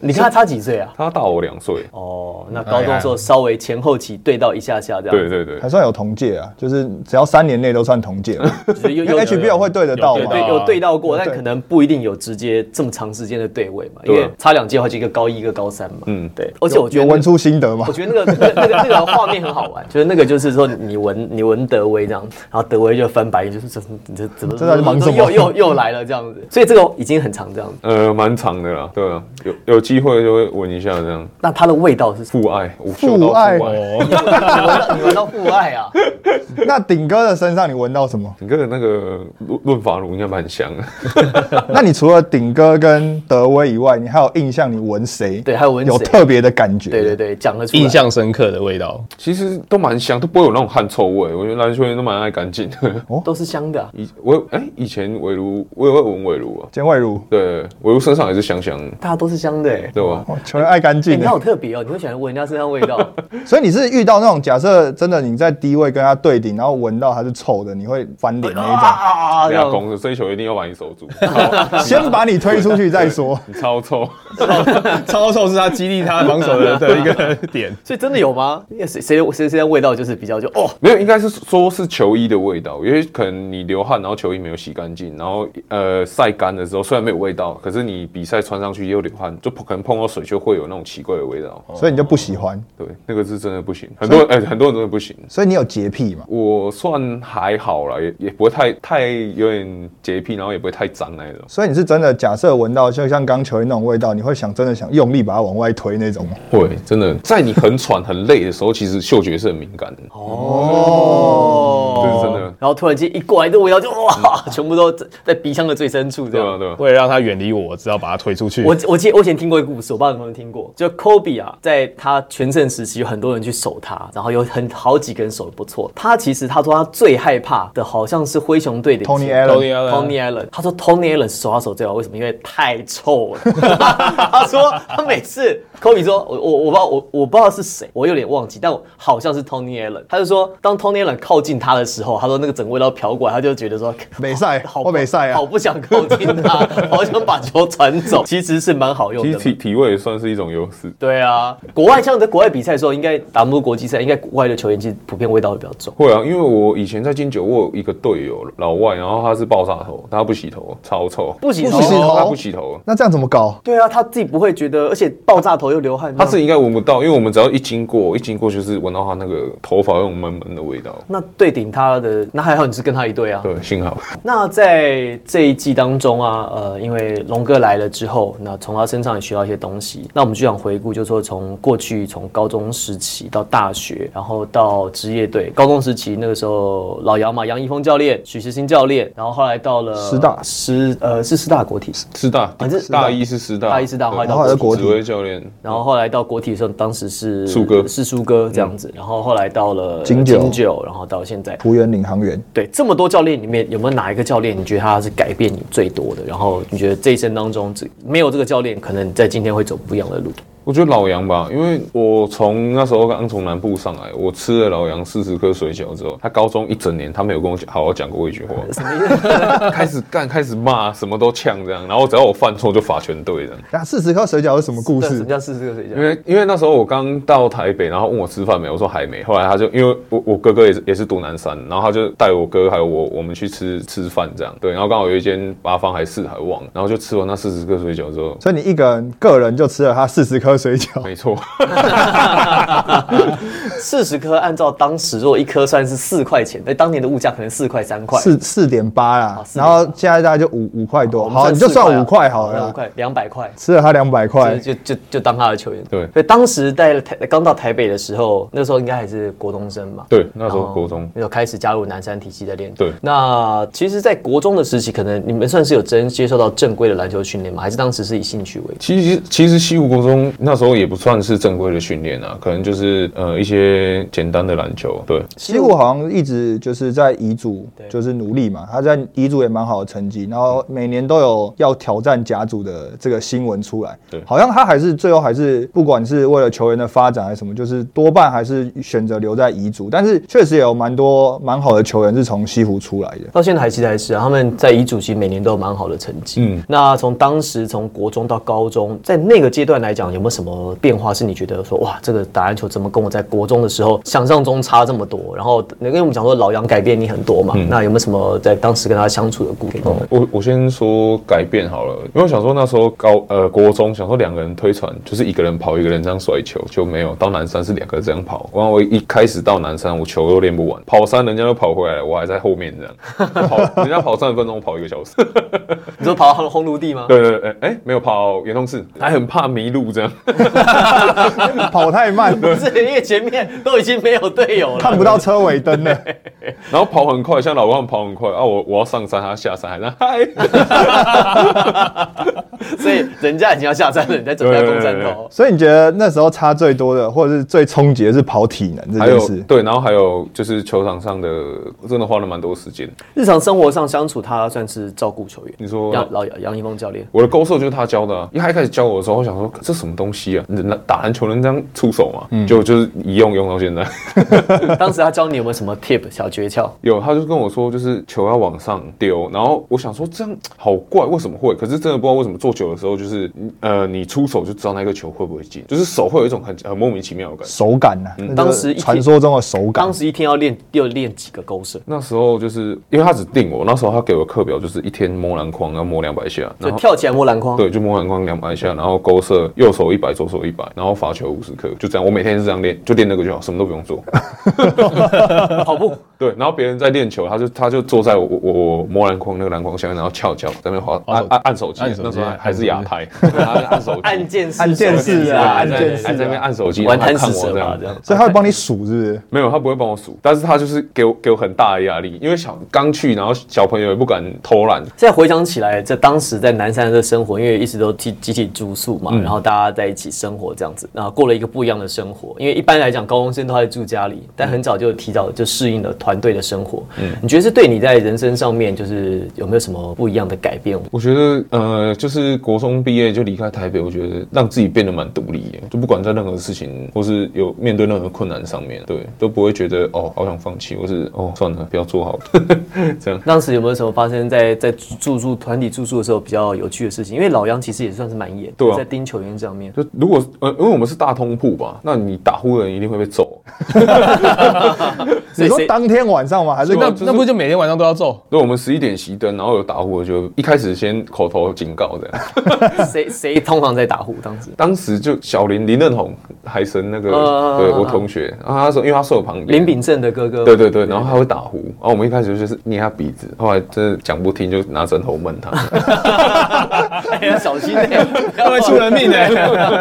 Speaker 2: 你跟他差几岁啊？
Speaker 1: 他大我两岁，
Speaker 2: 哦，那高中的时候稍微前后期对到一下下这
Speaker 1: 对
Speaker 2: 样，
Speaker 1: 对对
Speaker 3: 还。算有同届啊，就是只要三年内都算同届了。
Speaker 2: 对，有有
Speaker 3: HBO 会对得到
Speaker 2: 有
Speaker 3: 吗
Speaker 4: 对？
Speaker 2: 对有对到过，但
Speaker 3: 对
Speaker 2: 可能不一定有直接这么长时间的对位嘛，因
Speaker 1: 对啊
Speaker 2: 为差两届的话就一个高一一个高三嘛。嗯
Speaker 1: 嗯，
Speaker 2: 对。而且我觉
Speaker 3: 有
Speaker 2: 得
Speaker 3: 闻出心得吗
Speaker 2: 我？觉得那个那个那个那个画面很好玩，就是那个就是说你闻你闻德威这样，然后德威就翻白眼，就是这你这怎么
Speaker 3: 这到底忙什么
Speaker 2: 又又又来了这样子，所以这个已经很长这样子。
Speaker 1: 呃，蛮长的啦，对啊，有有机会就会闻一下这样。
Speaker 2: 那它的味道是什么？
Speaker 1: 父爱，我嗅到
Speaker 3: 父爱
Speaker 1: 父
Speaker 4: 哦
Speaker 1: 爱，
Speaker 2: 你闻到你闻到父爱啊？
Speaker 3: 那顶哥的身上你闻到什么？
Speaker 1: 你跟那个润润发乳应该蛮香的。
Speaker 3: 那你除了顶哥跟德威以外，你还有印象你闻谁？
Speaker 2: 对还有闻谁
Speaker 3: 有特别的感觉？
Speaker 2: 对对对，讲得出来。
Speaker 4: 印象深刻的味道。
Speaker 1: 其实都蛮香，都不会有那种汗臭味。我觉得篮球员都蛮爱干净的。
Speaker 2: 都是香的啊、
Speaker 1: 以我哎、以前韦如我也会闻韦如啊，
Speaker 3: 简慧茹，
Speaker 1: 对，韦如身上也是香香的，
Speaker 2: 大家都是香的哎、欸。
Speaker 1: 对吧？
Speaker 3: 哦，球员爱干
Speaker 2: 欸
Speaker 3: 净
Speaker 2: 你
Speaker 3: 的、
Speaker 2: 好特别哦，你会喜欢闻人家身上味道，
Speaker 3: 所以你是遇到那种假设真的你在低位跟他对顶，然后闻到他是臭的，你会翻脸那一种，
Speaker 2: 啊，
Speaker 1: 不
Speaker 2: 这
Speaker 1: 要
Speaker 2: 样
Speaker 1: 攻这一球一定要把你守 住，
Speaker 3: 先把你推出去再说。
Speaker 2: 啊
Speaker 1: 你超臭。
Speaker 4: 超臭是他激励他防守 的的一个点。
Speaker 2: 所以真的有吗？谁谁谁谁身上味道就是比较就哦，
Speaker 1: 没有，应该是说是球衣的味道，因为可能你流汗，然后球衣没有洗干净，然后呃晒干的时候虽然没有味道，可是你比赛穿上去又流汗，就可能碰到水就会有那种奇怪的味道。
Speaker 3: 所以你就不喜欢，
Speaker 1: 对，那个是真的不行，很 多人哎、很多人真的不行。
Speaker 3: 所以你有洁癖嘛？
Speaker 1: 我算还好啦，也也不会太太有点洁癖，然后也不会太脏那一种。
Speaker 3: 所以你是真的假设闻到就像刚球员那种味道，你会想真的想用力把它往外推那种吗？
Speaker 1: 会，真的，在你很喘很累的时候，其实嗅觉是很敏感的。
Speaker 2: 哦，
Speaker 1: 这是真的
Speaker 2: 然后突然间一过来，这味道就哇，全部都在在鼻腔的最深处这
Speaker 1: 对
Speaker 2: 样
Speaker 1: 啊，。对啊。
Speaker 4: 为了让他远离我，我只好把他推出 去。
Speaker 2: 我我记我以前听过一个故事，我不知道你们有没有听过，就 Kobe 啊，在他全盛时期，有很多人去守他，然后有很好几个人守得不错。他其实他说他最害怕的好像是灰熊队的
Speaker 3: Tony
Speaker 2: 前
Speaker 3: Allen
Speaker 2: Tony Allen，他说 Tony Allen 手他手最好，为什么？因为太臭了。 他说他每次 Kobe 说，我我我不知道我我不知道是谁，我有点忘记，但我好像是 Tony Allen。他就说，当 Tony Allen 靠近他的时候，他说那个整个味道飘过来，他就觉得说，
Speaker 3: 美赛，
Speaker 2: 好
Speaker 3: 我美赛啊
Speaker 2: 好！不想靠近他， 好想把球传走，其实是蛮好用
Speaker 1: 其实
Speaker 2: 的。
Speaker 1: 体体味也算是一种优势。
Speaker 2: 对啊，国外像在国外比赛的时候，应该打不过国际赛，应该国外的球员其实普遍味道会比较重。
Speaker 1: 会啊，因为我以前在金九，我有一个队友老外，然后他是爆炸头，他不洗头，超臭，
Speaker 2: 不洗
Speaker 3: 不洗
Speaker 2: 头，
Speaker 3: 头
Speaker 1: 他不啊洗头，
Speaker 3: 那这样怎么搞？
Speaker 2: 对啊，他自己不会觉得，而且爆炸头又流汗，
Speaker 1: 他自己应该闻不到，因为我们只要一经过，一经过就是闻到他那个头发那种闷闷的味道。
Speaker 2: 那对顶他的，那还好你是跟他一队啊。
Speaker 1: 对，幸好
Speaker 2: 那在这一季当中啊，呃，因为龙哥来了之后，那从他身上也学到一些东西。那我们就想回顾，就是说从过去从高中时期到大学，然后到职业队。高中时期那个时候，老杨嘛，杨一峰教练、许世新教练，然后后来到了
Speaker 3: 师大
Speaker 2: 师呃是师大国体，
Speaker 1: 师大
Speaker 2: 啊这是，
Speaker 1: 大一是师大，
Speaker 2: 大一师大
Speaker 1: 对
Speaker 2: 后来
Speaker 3: 到国体
Speaker 1: 指挥教练，
Speaker 2: 然后后来到国体的时候，当时是
Speaker 1: 树哥
Speaker 2: 是苏哥这样子，然后后来到了
Speaker 3: 金九
Speaker 2: 然后到现在
Speaker 3: 浦原领航员，
Speaker 2: 对，这么多教练里面，有没有哪一个教练你觉得他是改变你最多的？然后你觉得这一生当中，只没有这个教练，可能你在今天会走不一样的路。
Speaker 1: 我觉得老杨吧，因为我从那时候刚从南部上来，我吃了老杨四十颗水饺之后，他高中一整年他没有跟我讲好好讲过一句话， 开始干开始骂，什么都呛这样，然后只要我犯错就罚全队这样。
Speaker 3: 那四十颗水饺是什么故
Speaker 2: 对什
Speaker 3: 事
Speaker 2: 么？叫四十个水
Speaker 1: 因
Speaker 2: 饺？
Speaker 1: 为因为那时候我刚到台北，然后问我吃饭没，我说还没。后来他就因为我我哥哥也是也是读南山，然后他就带我哥还有我我们去吃吃饭这样，对，然后刚好有一间八方还是四海忘了，然后就吃完那四十个水饺之后，
Speaker 3: 所以你一个人个人就吃了他四十颗水饺，
Speaker 1: 没错，
Speaker 2: 四十颗，按照当时如果一颗算是四块钱，那哎当年的物价可能四块三块，
Speaker 3: 四四点八啦，
Speaker 2: 4.8
Speaker 3: 然后现在大概就五五块多，
Speaker 2: 我们
Speaker 3: 好，你就
Speaker 2: 4啊
Speaker 3: 算五块好了
Speaker 2: 五
Speaker 3: 啦，
Speaker 2: 块两百块。
Speaker 3: 吃了他两百块，
Speaker 2: 就就就就当他的球员，
Speaker 1: 对
Speaker 2: 所以当时在台刚到台北的时候，那时候应该还是国中生嘛，
Speaker 1: 对，那时
Speaker 2: 然
Speaker 1: 候
Speaker 2: 后
Speaker 1: 国中。
Speaker 2: 哦有开始加入南山体系的练。
Speaker 1: 对
Speaker 2: 那其实，在国中的时期，可能你们算是有真接受到正规的篮球训练吗？还是当时是以兴趣为主？
Speaker 1: 其实其实西湖国中那时候也不算是正规的训练啊，可能就是呃一些简单的篮球，对，
Speaker 3: 西武好像一直就是在乙组，就是努力嘛，他在乙组也蛮好的成绩，然后每年都有要挑战甲组的这个新闻出来。
Speaker 1: 对
Speaker 3: 好像他还是最后还是不管是为了球员的发展还是什么，就是多半还是选择留在乙组，但是确实也有蛮多蛮好的球员是从西湖出来 的。
Speaker 2: 到现在还其实还是啊，他们在乙组其实每年都有蛮好的成绩。嗯
Speaker 1: 嗯，
Speaker 2: 那从当时从国中到高中，在那个阶段来讲，有没没有什么变化是你觉得说哇，这个打篮球怎么跟我在国中的时候想象中差这么多？然后因为我们讲说老杨改变你很多嘛，
Speaker 1: 嗯
Speaker 2: 那有没有什么在当时跟他相处的故事？
Speaker 1: 我我先说改变好了，因为我想说那时候高呃国中想说两个人推船，就是一个人跑一个人这样甩球就没有。到南山是两个人这样跑，然后我一开始到南山我球都练不完，跑山人家都跑回来了，我还在后面这样，跑人家跑三十分钟，我跑一个小时。
Speaker 2: 你说跑到红炉地吗？
Speaker 1: 对对对，哎、没有跑圆通寺，还很怕迷路这样。
Speaker 3: 跑太慢，
Speaker 2: 不是，因为前面都已经没有队友了。
Speaker 3: 看不到车尾灯了。
Speaker 1: 然后跑很快，像老王跑很快啊，我我要上山，他下山，还在嗨。
Speaker 2: 所以人家已经要下山了，你在准备要攻山头。
Speaker 3: 所以你觉得那时候差最多的，或者是最冲击的是跑体能 这
Speaker 1: 还
Speaker 3: 件
Speaker 1: 有
Speaker 3: 事？
Speaker 1: 对，然后还有就是球场上的，真的花了蛮多时间。
Speaker 2: 日常生活上相处，他算是照顾球员。
Speaker 1: 你说
Speaker 2: 杨老杨杨一峰教练，
Speaker 1: 我的勾射就是他教的、啊。一开始教我的时候，我想说这什么东西啊？能打篮球能这样出手吗？就就是一用用到现在。
Speaker 2: 当时他教你有没有什么 tip 小诀窍？
Speaker 1: 有，他就跟我说，就是球要往上丢。然后我想说这样好怪，为什么会？可是真的不知道为什么做久的时候，就是呃，你出手就知道那个球会不会进，就是手会有一种很很莫名其妙的感觉。
Speaker 3: 手感呐、啊，那就是
Speaker 2: 当时一
Speaker 3: 传说中的手感
Speaker 2: 当。时一天要练，又练几个勾射？
Speaker 1: 那时候就是因为他只定我，那时候他给我课表就是一天摸篮筐要摸两百下，
Speaker 2: 就
Speaker 1: 然后
Speaker 2: 跳起来摸篮筐。
Speaker 1: 对，就摸篮筐两百下，然后勾射右手一百，左手一百，然后罚球五十克，就这样。我每天是这样练，就练那个就好，什么都不用 做。
Speaker 2: 跑步。
Speaker 1: 对，然后别人在练球，他就他就坐在我我我我摸篮筐那个篮筐下面，然后翘脚在那边滑按按按手机，
Speaker 4: 按手机
Speaker 1: 那时候还还是亚 太，然后按手机，
Speaker 2: 按键式，
Speaker 3: 按键式
Speaker 1: 对
Speaker 3: 啊
Speaker 1: 还
Speaker 3: 按
Speaker 1: 在
Speaker 3: 键式
Speaker 1: 还在那边按啊手机，
Speaker 2: 玩
Speaker 1: 然后
Speaker 2: 贪
Speaker 1: 他看
Speaker 2: 食
Speaker 1: 我
Speaker 2: 蛇
Speaker 1: 这
Speaker 2: 嘛
Speaker 1: 样，
Speaker 2: 这。样。
Speaker 3: 所以他会帮你数，是不是？
Speaker 1: 没有，他不会帮我数，但是他就是给我给我很大的压力，因为小刚去，然后小朋友也不敢偷懒，
Speaker 2: 现在回想起来，在当时在南山的生活，因为一直都集集体住宿嘛，然后大家在一起生活这样子，然后过了一个不一样的生活。因为一般来讲，高中生都还住家里，但很早就提早就适应了团队的生活。嗯，你觉得是对你在人生上面，就是有没有什么不一样的改变？
Speaker 1: 我觉得，呃，就是国中毕业就离开台北，我觉得让自己变得蛮独立的，就不管在任何事情或是有面对任何困难上面，对，都不会觉得哦，好想放弃，或是哦，算了，不要做好了。
Speaker 2: 当时有没有什么发生在在住宿团体住宿的时候比较有趣的事情？因为老杨其实也算是蛮严，
Speaker 1: 对啊
Speaker 2: 在盯球员上面。
Speaker 1: 就如果呃，因为我们是大通铺吧，那你打呼的人一定会被揍。
Speaker 2: 所
Speaker 3: 你
Speaker 2: 以
Speaker 3: 说
Speaker 2: 谁
Speaker 3: 当天晚上吗？还是
Speaker 4: 那
Speaker 1: 就是
Speaker 4: 那不就每天晚上都要揍？
Speaker 1: 对，我们十一点熄灯，然后有打呼的就一开始先口头警告的。
Speaker 2: 谁谁通常在打呼？当时
Speaker 1: 当时就小林林任宏海神那个，
Speaker 2: 嗯
Speaker 1: 对
Speaker 2: 嗯
Speaker 1: 我
Speaker 2: 嗯
Speaker 1: 同学，然后他说因为他睡我旁边，啊
Speaker 2: 林炳正的哥哥，
Speaker 1: 对对对，然后他会打呼，然后我们一开始就是捏他鼻子，后来真的讲不听就拿枕头闷他。
Speaker 2: 哎呀，小心点，
Speaker 4: 他会出人命的、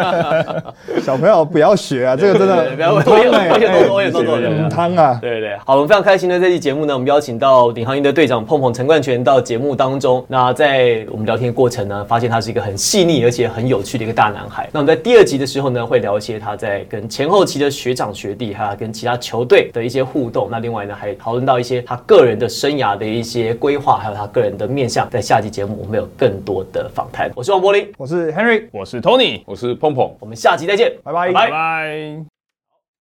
Speaker 3: 小朋友不要学啊，这个真的
Speaker 2: 不要我也我也多多我也多多对对
Speaker 3: 很
Speaker 2: 对
Speaker 3: 汤啊。
Speaker 2: 对对，好，我们非常开心的这期节目呢，我们邀请到领航员的队长碰碰陈冠全到节目当中。那在我们聊天过程呢，发现他是一个很细腻而且很有趣的一个大男孩。那我们在第二集的时候呢，会聊一些他在跟前后期的学长学弟，还有跟其他球队的一些互动。那另外呢，还讨论到一些他个人的生涯的一些规划，还有他个人的面向。在下期节目我们有更多的访谈。我是王柏林，
Speaker 3: 我是 Henry，
Speaker 4: 我是 Tony，
Speaker 1: 我是碰碰。
Speaker 2: 我们下期再见，
Speaker 3: 拜拜
Speaker 4: 拜拜。